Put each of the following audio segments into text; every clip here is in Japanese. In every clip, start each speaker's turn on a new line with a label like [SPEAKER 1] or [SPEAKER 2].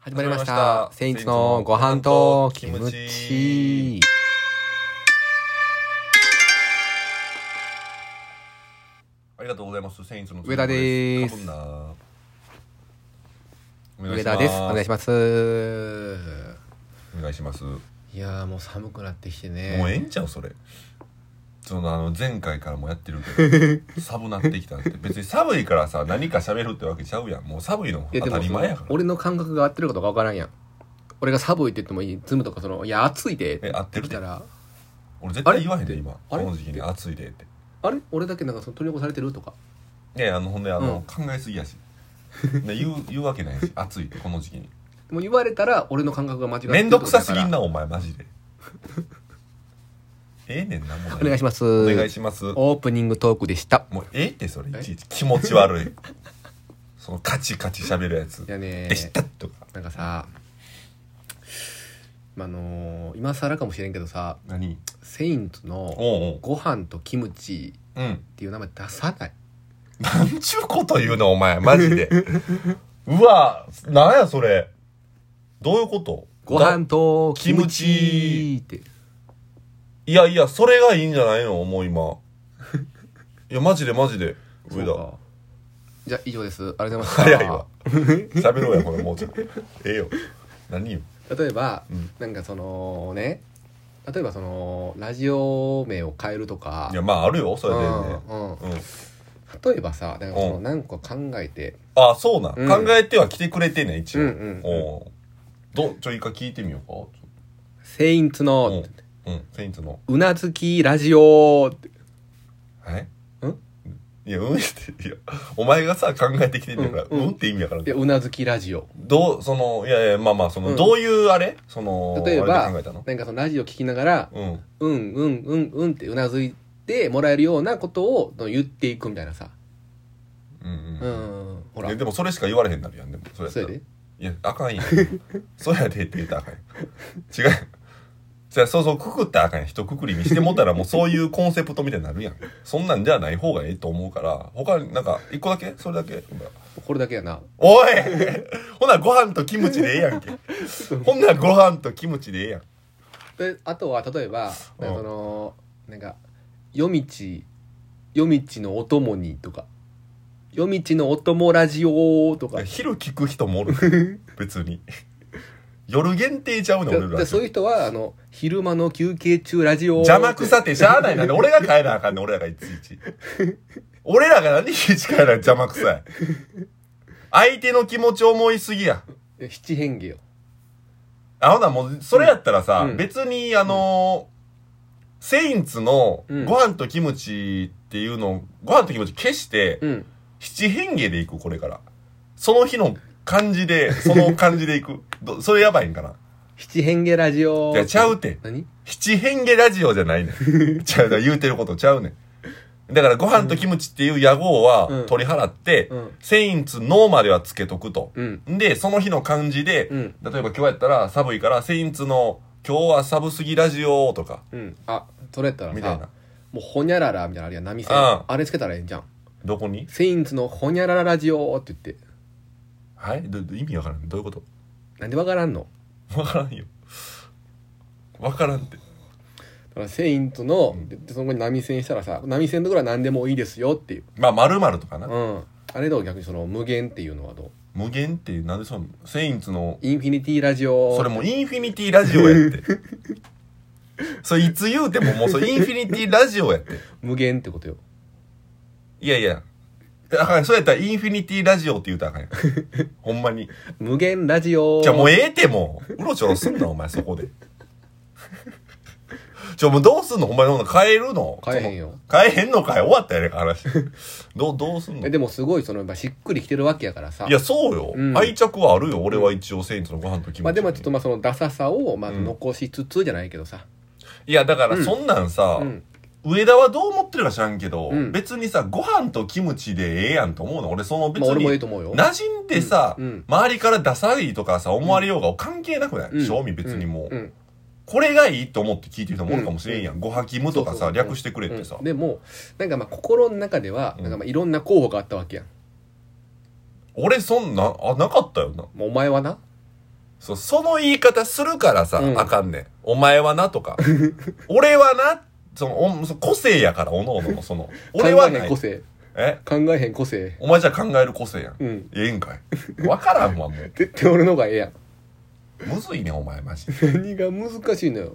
[SPEAKER 1] 始まりました。セインツのご飯とキムチ。
[SPEAKER 2] ありがとうございます。セインツの
[SPEAKER 1] 上田です
[SPEAKER 2] かぶんなお願い
[SPEAKER 1] 上
[SPEAKER 2] しま
[SPEAKER 1] 田です。お願いします。
[SPEAKER 2] お願いします。も
[SPEAKER 1] いやーもう寒くなってきて
[SPEAKER 2] うええ
[SPEAKER 1] ね。
[SPEAKER 2] んちゃうそれ。そのあの前回からもやってるけ ど寒なってきたって別に寒いからさ何か喋るってわけちゃうやんもう寒いの
[SPEAKER 1] いや
[SPEAKER 2] 当
[SPEAKER 1] で
[SPEAKER 2] た
[SPEAKER 1] も
[SPEAKER 2] り
[SPEAKER 1] その
[SPEAKER 2] 前やから
[SPEAKER 1] 俺の感覚が合ってるかどうかわからんやん。俺が寒いって言ってもいい。ズムとかその、いや暑いで。
[SPEAKER 2] え合ってる
[SPEAKER 1] き
[SPEAKER 2] で
[SPEAKER 1] たら、
[SPEAKER 2] 俺絶対言わへん
[SPEAKER 1] あ
[SPEAKER 2] で
[SPEAKER 1] れ
[SPEAKER 2] 今
[SPEAKER 1] あ
[SPEAKER 2] こ
[SPEAKER 1] れ
[SPEAKER 2] の時期に暑いでって
[SPEAKER 1] あれ俺だけなんかその取り残されてるとか。
[SPEAKER 2] いやいやあのほんであ
[SPEAKER 1] うん
[SPEAKER 2] の、考えすぎやしで言 う言うわけないし暑いってこの時期に
[SPEAKER 1] でも言われたら俺の感覚が間違ってる
[SPEAKER 2] めんどくさすぎん
[SPEAKER 1] な。
[SPEAKER 2] なお前マジでええねんなもう
[SPEAKER 1] お願いします。
[SPEAKER 2] お願いしますも
[SPEAKER 1] オープニングトークでした。
[SPEAKER 2] うええってそれ
[SPEAKER 1] え
[SPEAKER 2] いちいち気持ち悪いそのカチカチ喋るやつ
[SPEAKER 1] いやね
[SPEAKER 2] でしたとか
[SPEAKER 1] なんかさ、まああのー、今更かもしれんけどさ、
[SPEAKER 2] 何
[SPEAKER 1] セインツの
[SPEAKER 2] おう
[SPEAKER 1] ご飯とキムチ
[SPEAKER 2] おううん
[SPEAKER 1] っていう名前出さない
[SPEAKER 2] なんちゅうこと言うのお前マジでうわなんやそれどういうこと
[SPEAKER 1] ご
[SPEAKER 2] だ
[SPEAKER 1] 飯と
[SPEAKER 2] キ
[SPEAKER 1] キ
[SPEAKER 2] ム
[SPEAKER 1] ム
[SPEAKER 2] チ
[SPEAKER 1] チって
[SPEAKER 2] いやいやそれがいいんじゃないのもう今いやマジでマジで
[SPEAKER 1] そ
[SPEAKER 2] 上
[SPEAKER 1] う
[SPEAKER 2] だ
[SPEAKER 1] かじゃあ以上ですありがとうございました
[SPEAKER 2] 早いわ喋ろうやこれもうちょっとええよ何よ
[SPEAKER 1] 例えば、
[SPEAKER 2] うん
[SPEAKER 1] なんかそのね例えばそのラジオ名を変えるとか
[SPEAKER 2] いやまああるよそれでね
[SPEAKER 1] うんうん
[SPEAKER 2] うん、
[SPEAKER 1] 例えばさなんかその
[SPEAKER 2] うん
[SPEAKER 1] 何個か考えて、
[SPEAKER 2] ああそうなん、
[SPEAKER 1] うん
[SPEAKER 2] 考えては来てくれてね一応、
[SPEAKER 1] うんうんうん
[SPEAKER 2] おうどちょ一回聞いてみようかちょ
[SPEAKER 1] セインツ
[SPEAKER 2] う
[SPEAKER 1] の
[SPEAKER 2] んうんセインツの
[SPEAKER 1] うなずきラジオって
[SPEAKER 2] え
[SPEAKER 1] うん
[SPEAKER 2] いやうんっていやお前がさ考えてきてんだから、う
[SPEAKER 1] うんん
[SPEAKER 2] って意味やから
[SPEAKER 1] いやうなずきラジオ
[SPEAKER 2] どうそのいやいやまあまあその、
[SPEAKER 1] うん
[SPEAKER 2] どういうあれその
[SPEAKER 1] 例えば
[SPEAKER 2] あ
[SPEAKER 1] なん
[SPEAKER 2] れで考えたの
[SPEAKER 1] かそのラジオ聞きながら
[SPEAKER 2] うん
[SPEAKER 1] うんうんうんうんってうなずいてもらえるようなことを言っていくみたいなさ
[SPEAKER 2] うん
[SPEAKER 1] う
[SPEAKER 2] うん、
[SPEAKER 1] んほら
[SPEAKER 2] えでもそれしか言われへんなるやんでもそれやっ
[SPEAKER 1] そ
[SPEAKER 2] た
[SPEAKER 1] れ
[SPEAKER 2] ら
[SPEAKER 1] で
[SPEAKER 2] いや、あかんやん。 そやでって言ったらあかんやん。違う。じゃそうそう、くくったらあかんやん。一くくりにしてもったら、もうそういうコンセプトみたいになるやん。そんなんじゃない方がええと思うから、他になんか、一個だけそれだけ
[SPEAKER 1] これだけやな
[SPEAKER 2] おい ほな、ご飯とキムチでええやんけ。ほんならご飯とキムチでええやん。
[SPEAKER 1] であとは例えば
[SPEAKER 2] うん
[SPEAKER 1] なんかそのなんか「夜道夜道のお供に」とか「夜道のお供ラジオ」とか
[SPEAKER 2] 昼聞く人もおる。別に。夜限定ちゃうの、
[SPEAKER 1] だ
[SPEAKER 2] 俺
[SPEAKER 1] だ
[SPEAKER 2] ら。
[SPEAKER 1] そういう人はあの昼間の休憩中ラジオ
[SPEAKER 2] 邪魔くさってしゃあないなんで俺が帰らなあかんねん俺らがいちいち俺らがなんでいちいち帰らな邪魔くさい相手の気持ち思いすぎや
[SPEAKER 1] え七変化よ
[SPEAKER 2] あほなもうそれやったらさ、
[SPEAKER 1] うん
[SPEAKER 2] 別にあのーセインツの
[SPEAKER 1] うん
[SPEAKER 2] ご飯とキムチっていうのをご飯とキムチ消して、
[SPEAKER 1] うん
[SPEAKER 2] 七変化でいくこれからその日の感じでその感じでいくどそれやばいんかな
[SPEAKER 1] 七変化ラジオ
[SPEAKER 2] いやちゃうて
[SPEAKER 1] 何
[SPEAKER 2] 七変化ラジオじゃないね ん。ちゃうだから言うてることちゃうねん。だからご飯とキムチっていう野号
[SPEAKER 1] う
[SPEAKER 2] は
[SPEAKER 1] ん
[SPEAKER 2] 取り払って、
[SPEAKER 1] うん
[SPEAKER 2] セインツノーまではつけとくと。
[SPEAKER 1] うん
[SPEAKER 2] で、その日の感じで、
[SPEAKER 1] うん
[SPEAKER 2] 例えば今日やったら寒いから、セインツの今日は寒すぎラジオとか、
[SPEAKER 1] うんあそれやったら
[SPEAKER 2] みたいな
[SPEAKER 1] さ。もうほにゃららみたいなのあれや波線
[SPEAKER 2] あ
[SPEAKER 1] あれつけたらええんじゃん
[SPEAKER 2] どこに
[SPEAKER 1] セインツのほにゃららラジオって言って
[SPEAKER 2] はいどど意味わからん。どういうこ
[SPEAKER 1] なんでわからんの
[SPEAKER 2] とわからんよ。わからんって。
[SPEAKER 1] だからセイントの、ででその後に波線したらさ波線のところは何でもいいですよっていう、
[SPEAKER 2] まあ、まるとか
[SPEAKER 1] う
[SPEAKER 2] な。
[SPEAKER 1] ん、あれどう逆にその無限っていうのはどう
[SPEAKER 2] 無限っていう、なんでその、セインツの
[SPEAKER 1] インフィニティラジオ
[SPEAKER 2] それもうインフィニティラジオやって。 それいつ言うてももうそれインフィニティラジオやって。
[SPEAKER 1] 無限ってことよ
[SPEAKER 2] いやいや。あかん、そうやったらインフィニティラジオって言うた らあかんやん。ほんまに。
[SPEAKER 1] 無限ラジオ
[SPEAKER 2] じゃあもうええてもう。うろちょろすんな、お前そこで。ちょ、もうどうすんのお前の変えるの
[SPEAKER 1] 変えへんよ。
[SPEAKER 2] その変えへんのかい終わったやねんか、話。どう、どうすんの
[SPEAKER 1] えでもすごいそのやっぱしっくりきてるわけやからさ
[SPEAKER 2] いや、そうよ、
[SPEAKER 1] うん
[SPEAKER 2] 愛着はあるよ。俺は一応、セインツのご飯と気持ち、
[SPEAKER 1] まあでもちょっとまあそのダサさをまあ
[SPEAKER 2] うん
[SPEAKER 1] 残しつつじゃないけどさ、
[SPEAKER 2] いや、だから、
[SPEAKER 1] うん
[SPEAKER 2] そんなんさ、
[SPEAKER 1] うん
[SPEAKER 2] 上田はどう思ってるか知らんけど、
[SPEAKER 1] うん
[SPEAKER 2] 別にさ、ご飯とキムチでええやんと思うの。俺、その別
[SPEAKER 1] まあ、俺もいい
[SPEAKER 2] に、
[SPEAKER 1] と思うよ
[SPEAKER 2] 馴染んでさ、
[SPEAKER 1] うんうん
[SPEAKER 2] 周りからダサいとかさ、思われようが関係なくない、
[SPEAKER 1] うん
[SPEAKER 2] 正味別にもう、
[SPEAKER 1] うんうん
[SPEAKER 2] これがいいと思って聞いてる人もおるかもしれんやん。ごはきむとかさ、
[SPEAKER 1] そうそう
[SPEAKER 2] 略してくれってさ。
[SPEAKER 1] うんでもなんかまあ心の中では
[SPEAKER 2] うん
[SPEAKER 1] なんかまあいろんな候補があったわけやん、
[SPEAKER 2] 俺、そんな、あ、なかったよな。
[SPEAKER 1] まあお前はな
[SPEAKER 2] そうその言い方するからさ、
[SPEAKER 1] うん
[SPEAKER 2] あかんねんお前はな とか俺はなそのおその個性やからおのおののその俺
[SPEAKER 1] 考え
[SPEAKER 2] はな
[SPEAKER 1] へん
[SPEAKER 2] い
[SPEAKER 1] 個性
[SPEAKER 2] え
[SPEAKER 1] 考えへん個性
[SPEAKER 2] お前じゃ考える個性やん
[SPEAKER 1] うん
[SPEAKER 2] ええんかい分からんわもう
[SPEAKER 1] 絶対俺の方がええやん
[SPEAKER 2] むずいねんお前マジで
[SPEAKER 1] 何が難しいのよ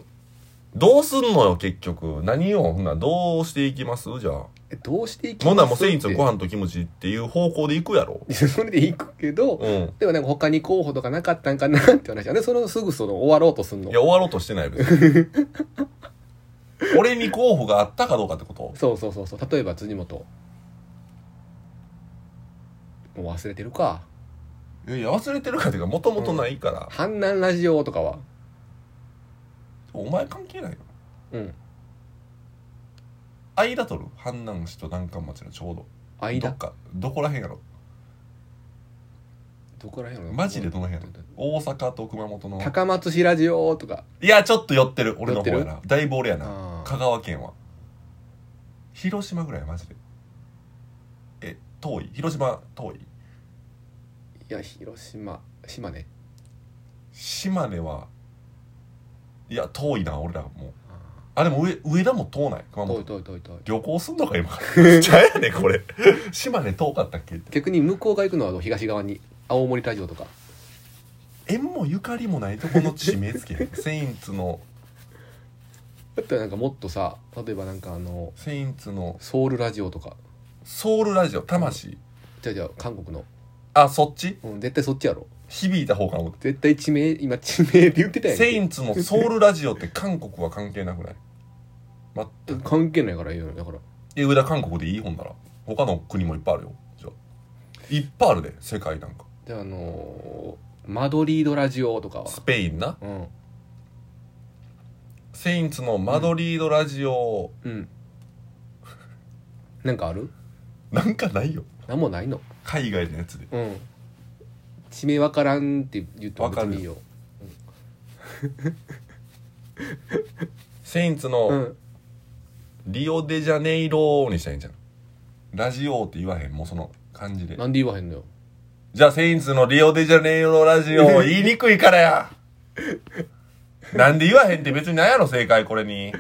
[SPEAKER 2] どうすんのよ結局何をほんならどうしていきますじゃあ
[SPEAKER 1] えどうしていき
[SPEAKER 2] ほんならもう
[SPEAKER 1] って
[SPEAKER 2] セインツのご飯とキムチっていう方向でいくやろ
[SPEAKER 1] それでいくけど、
[SPEAKER 2] うん
[SPEAKER 1] でもなんか他に候補とかなかったんかなって話やねそれをすぐその終わろうとすんの
[SPEAKER 2] いや終わろうとしてない別に 俺に候補があったかどうかってこと
[SPEAKER 1] そうそうそうそう例えば辻元もう忘れてるか
[SPEAKER 2] いやいや忘れてるかっていうかもともとないから、
[SPEAKER 1] 「阪南ラジオ」とかは
[SPEAKER 2] お前関係ないよ
[SPEAKER 1] うん
[SPEAKER 2] 間取る阪南市と南関町のちょうどど
[SPEAKER 1] 間
[SPEAKER 2] っかどこらへんやろ
[SPEAKER 1] どこらへんやろな
[SPEAKER 2] マジでどの辺やろ大阪と熊本の
[SPEAKER 1] 高松市ラジオとか
[SPEAKER 2] いやちょっと寄ってる俺の方
[SPEAKER 1] 寄
[SPEAKER 2] や
[SPEAKER 1] って
[SPEAKER 2] なだいぶ俺やな
[SPEAKER 1] あ
[SPEAKER 2] 香川県は広島ぐらいマジでえ遠い広島遠い
[SPEAKER 1] ーいや広島島根
[SPEAKER 2] 島根はいや遠いな俺らもう
[SPEAKER 1] あ
[SPEAKER 2] あでも上上田も遠ない熊
[SPEAKER 1] ー遠い
[SPEAKER 2] 本
[SPEAKER 1] 遠い遠い遠い
[SPEAKER 2] 旅行すんの か今ちゃうやねんこれ島根遠かったっけって
[SPEAKER 1] 逆に向こうが行くのは東側に青森ラジオとか
[SPEAKER 2] 縁もゆかりもないとこの地名つけや んセインツの
[SPEAKER 1] だったらなんかもっとさ例えばなんかあの
[SPEAKER 2] セインツの
[SPEAKER 1] ソウルラジオとか
[SPEAKER 2] ソウルラジオ魂
[SPEAKER 1] じゃあじゃあ韓国の、
[SPEAKER 2] あそっち
[SPEAKER 1] うん、絶対そっちやろ
[SPEAKER 2] 響いた方かな
[SPEAKER 1] 絶対地名今地名で言ってたやん
[SPEAKER 2] セインツのソウルラジオって韓国は関係なくない全く
[SPEAKER 1] 関係ないから言うのだから
[SPEAKER 2] え上田韓国でいい本なら他の国もいっぱいあるよじゃあいっぱいあるで世界なんか
[SPEAKER 1] じゃああのーマドリードラジオとかは
[SPEAKER 2] スペインな
[SPEAKER 1] うん
[SPEAKER 2] セインツのマドリードラジオ、
[SPEAKER 1] うんなんかある
[SPEAKER 2] なんかないよ
[SPEAKER 1] なんもないの
[SPEAKER 2] 海外のやつで
[SPEAKER 1] うん地名わからんって言っても別
[SPEAKER 2] わかる
[SPEAKER 1] にいいよ
[SPEAKER 2] セインツ
[SPEAKER 1] う
[SPEAKER 2] の
[SPEAKER 1] ん
[SPEAKER 2] リオデジャネイロにしたらいいんじゃんラジオって言わへんもうその感じで
[SPEAKER 1] なんで言わへんのよ
[SPEAKER 2] じゃあセインツのリオデジャネイロラ ジオ言いにくいからやなんで言わへんって別に何やろ正解これに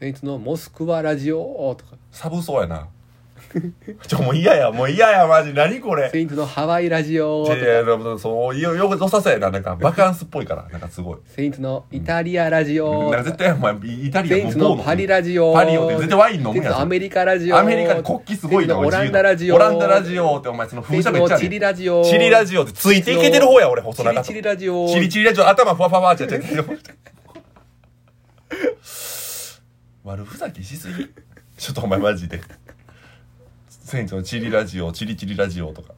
[SPEAKER 1] 先日の「モスクワラジオ」とか
[SPEAKER 2] サブそうやなちょもう嫌やもう嫌やマジ何これ
[SPEAKER 1] 先日の「ハワイラジオ」
[SPEAKER 2] い
[SPEAKER 1] と
[SPEAKER 2] やい
[SPEAKER 1] か
[SPEAKER 2] やでもそうよよく良さそうやななんかバカンスっぽいからなんかすごい
[SPEAKER 1] 先日の「イタリアラジ
[SPEAKER 2] なん
[SPEAKER 1] オ」
[SPEAKER 2] か絶対お前イタリア
[SPEAKER 1] 先日の「パリラジオ」
[SPEAKER 2] パリオって絶対ワイン飲む
[SPEAKER 1] 先日
[SPEAKER 2] や
[SPEAKER 1] の
[SPEAKER 2] ん
[SPEAKER 1] アメリカラジオ
[SPEAKER 2] アメリカの国旗すごいな
[SPEAKER 1] 先日のオランダラジオ
[SPEAKER 2] オランダラジオってお前その風
[SPEAKER 1] 先
[SPEAKER 2] 車
[SPEAKER 1] 日
[SPEAKER 2] めっちゃ
[SPEAKER 1] の
[SPEAKER 2] ある
[SPEAKER 1] チリラジオ
[SPEAKER 2] チリラジオってついていけてる方や俺細
[SPEAKER 1] チリ
[SPEAKER 2] 長
[SPEAKER 1] チ
[SPEAKER 2] チ
[SPEAKER 1] リ
[SPEAKER 2] リ
[SPEAKER 1] ラジオ
[SPEAKER 2] チリラジオ頭ふわふわふわってやってる悪ふざけしすぎちょっとお前マジで船長のチリラジオチリチリラジオとか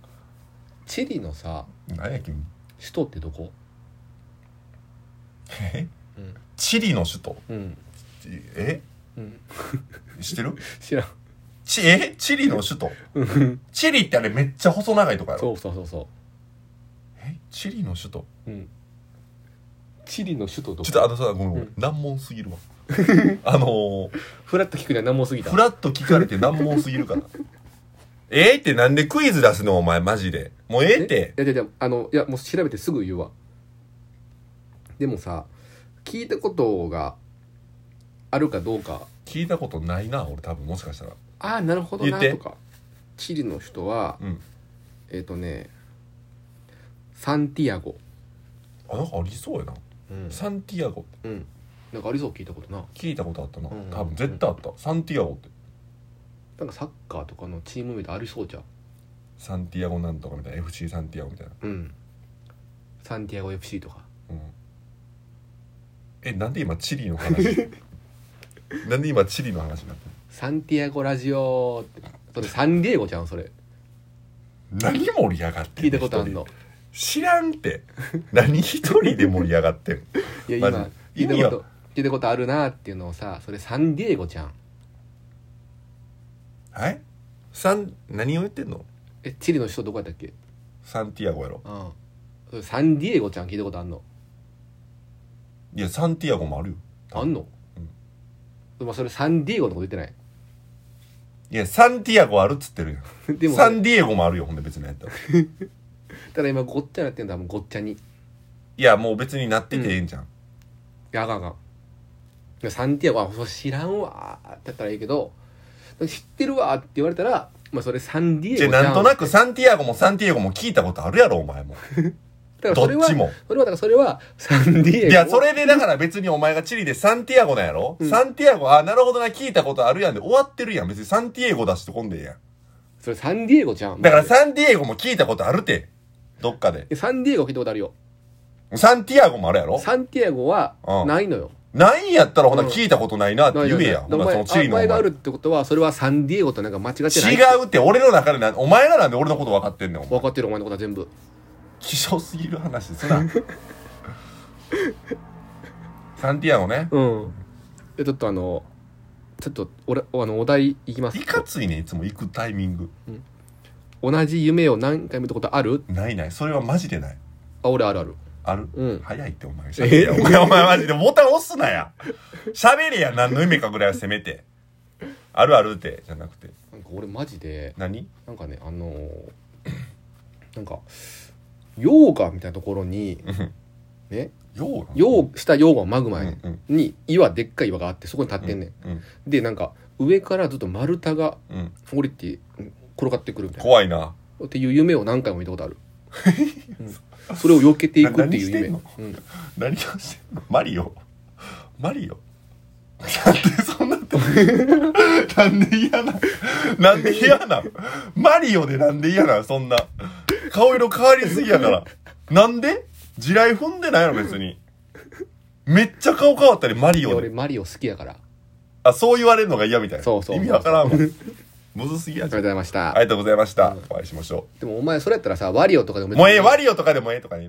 [SPEAKER 1] チリのさ
[SPEAKER 2] 何や君
[SPEAKER 1] 首都ってどこ
[SPEAKER 2] え
[SPEAKER 1] うん
[SPEAKER 2] チリの首都
[SPEAKER 1] うん、
[SPEAKER 2] え
[SPEAKER 1] うん、
[SPEAKER 2] 知ってる
[SPEAKER 1] 知らん
[SPEAKER 2] チえチリの首都
[SPEAKER 1] うん
[SPEAKER 2] チリってあれめっちゃ細長いとかやろ
[SPEAKER 1] そうそうそうそ
[SPEAKER 2] えチリの首都
[SPEAKER 1] ううんチリの首都どこ
[SPEAKER 2] ちょっとあのさごめんごめ
[SPEAKER 1] うん
[SPEAKER 2] ん難問すぎるわ あのー
[SPEAKER 1] フラッと聞くには何もすぎた
[SPEAKER 2] フラッと聞かれて難問すぎるからええってなんでクイズ出すのお前マジでもうええって
[SPEAKER 1] いやいやいやあのいやもう調べてすぐ言うわでもさ聞いたことがあるかどうか
[SPEAKER 2] 聞いたことないな俺多分もしかしたら
[SPEAKER 1] ああなるほどな
[SPEAKER 2] 言って
[SPEAKER 1] とかチリの人は
[SPEAKER 2] うん
[SPEAKER 1] えっ、とねサンティアゴ、
[SPEAKER 2] あなんかありそうやな
[SPEAKER 1] うん
[SPEAKER 2] サンティアゴって
[SPEAKER 1] うん、なんかありそう聞いたことな
[SPEAKER 2] 聞いたことあったな
[SPEAKER 1] うん
[SPEAKER 2] 多分絶対あったサンティアゴって
[SPEAKER 1] なんかサッカーとかのチーム名でありそうじゃん
[SPEAKER 2] サンティアゴなんとかみたいな FC サンティアゴみたいな
[SPEAKER 1] うんサンティアゴ FC とか
[SPEAKER 2] うんえなんで今チリ の話なんで今チリの話になって
[SPEAKER 1] サンティアゴラジオってそれサンディエゴじゃんそれ
[SPEAKER 2] 何盛り上がってん
[SPEAKER 1] 聞いたことあん
[SPEAKER 2] 一
[SPEAKER 1] の
[SPEAKER 2] 人知らんって何一人で盛り上がってん
[SPEAKER 1] いや
[SPEAKER 2] マジ
[SPEAKER 1] 今聞い
[SPEAKER 2] 意味
[SPEAKER 1] たこ
[SPEAKER 2] は
[SPEAKER 1] と聞いたことあるなっていうのをさそれサンディエゴじゃん
[SPEAKER 2] はいサン何を言ってんの
[SPEAKER 1] えチリの首都どこやったっけ
[SPEAKER 2] サンティアゴやろ
[SPEAKER 1] うんそれサンディエゴちゃん聞いたことあんの
[SPEAKER 2] いやサンティアゴもあるよ
[SPEAKER 1] あんの、
[SPEAKER 2] うん
[SPEAKER 1] でもそれサンディエゴのこと言ってない
[SPEAKER 2] いやサンティアゴあるっつってるやん
[SPEAKER 1] でも
[SPEAKER 2] サンディエゴもあるよほんで別のやったら
[SPEAKER 1] ただ今ごっちゃになってんだもんごっちゃに
[SPEAKER 2] いやもう別になっててええんじゃん、
[SPEAKER 1] いやあかんあかんいやサンティアゴはそう知らんわーって言ったらいいけど知ってるわーって言われたら、まあ、それサンディエゴ
[SPEAKER 2] じゃあなんとなくサンティアゴもサンティアゴも聞いたことあるやろお前も
[SPEAKER 1] だから
[SPEAKER 2] ど
[SPEAKER 1] それ
[SPEAKER 2] っ
[SPEAKER 1] は
[SPEAKER 2] ちも
[SPEAKER 1] それはだからそれはサンディエゴ
[SPEAKER 2] いやそれでだから別にお前がチリでサンティアゴなんやろ、サンティアゴあなるほどな聞いたことあるやんで終わってるやん別にサンティエゴ出してこんでええやん
[SPEAKER 1] それサンディエゴじゃん
[SPEAKER 2] だからサンディエゴも聞いたことあるてどっかで
[SPEAKER 1] えサンディエゴ聞いたことあるよ
[SPEAKER 2] サンティアゴもあるやろ
[SPEAKER 1] サンティエゴは
[SPEAKER 2] うん
[SPEAKER 1] ないのよ、
[SPEAKER 2] ないんやったらほな
[SPEAKER 1] うん
[SPEAKER 2] 聞いたことないなって
[SPEAKER 1] ない
[SPEAKER 2] 言
[SPEAKER 1] の
[SPEAKER 2] え
[SPEAKER 1] よ
[SPEAKER 2] や、
[SPEAKER 1] だ
[SPEAKER 2] ほ
[SPEAKER 1] から
[SPEAKER 2] な
[SPEAKER 1] お
[SPEAKER 2] そ
[SPEAKER 1] 前
[SPEAKER 2] のチリ
[SPEAKER 1] あお
[SPEAKER 2] のお前
[SPEAKER 1] 前があるってことはそれはサンディエゴとなんか間違ってない
[SPEAKER 2] 違うって俺の中でなんお前らなんで俺のこと分かってんねんお前
[SPEAKER 1] 分かってるお前のことは全部
[SPEAKER 2] 希少すぎる話すな サンティアゴね
[SPEAKER 1] うんえちょっとあのちょっと俺あのお題いきます
[SPEAKER 2] いかついねいつも行くタイミング
[SPEAKER 1] 同じ夢を何回見たことある
[SPEAKER 2] ないないそれはマジでない
[SPEAKER 1] あ俺あるある
[SPEAKER 2] ある
[SPEAKER 1] うん
[SPEAKER 2] 早いってお前喋れやお前お前マジでボタン押すなや喋れや何の夢かぐらいはせめてあるあるってじゃなくて
[SPEAKER 1] なんか俺マジで
[SPEAKER 2] 何
[SPEAKER 1] なんかねあの ーなんか溶岩みたいなところに
[SPEAKER 2] うん
[SPEAKER 1] ね
[SPEAKER 2] よう
[SPEAKER 1] 溶した溶岩マグマ
[SPEAKER 2] う
[SPEAKER 1] やね
[SPEAKER 2] んうん
[SPEAKER 1] に岩でっかい岩があってそこに立ってんねん、
[SPEAKER 2] うん
[SPEAKER 1] でなんか上からずっと丸太が
[SPEAKER 2] うん
[SPEAKER 1] 降りてうん転がってくるみたい
[SPEAKER 2] 怖いな
[SPEAKER 1] なっていう夢を何回も見たこと ある、うんそれを避けていくっていう夢
[SPEAKER 2] な何
[SPEAKER 1] うん
[SPEAKER 2] 何をしてんのマリオマリオなんでそんなとこなんで嫌ななんで嫌なマリオでなんで嫌なそんな顔色変わりすぎやからなんで地雷踏んでないの別にめっちゃ顔変わったりマリ
[SPEAKER 1] いや
[SPEAKER 2] オ
[SPEAKER 1] 俺
[SPEAKER 2] で
[SPEAKER 1] マリオ好きやからあり
[SPEAKER 2] あそう言われるのが嫌みたいな
[SPEAKER 1] そうそう
[SPEAKER 2] 意味わからんもんむずすぎや
[SPEAKER 1] がと うん
[SPEAKER 2] じゃ
[SPEAKER 1] ございました、
[SPEAKER 2] ありがとうございましたお会いしましょ
[SPEAKER 1] でもお前それやったらさワリオとかでも別
[SPEAKER 2] う
[SPEAKER 1] に
[SPEAKER 2] もうええワリオとかでもええとかに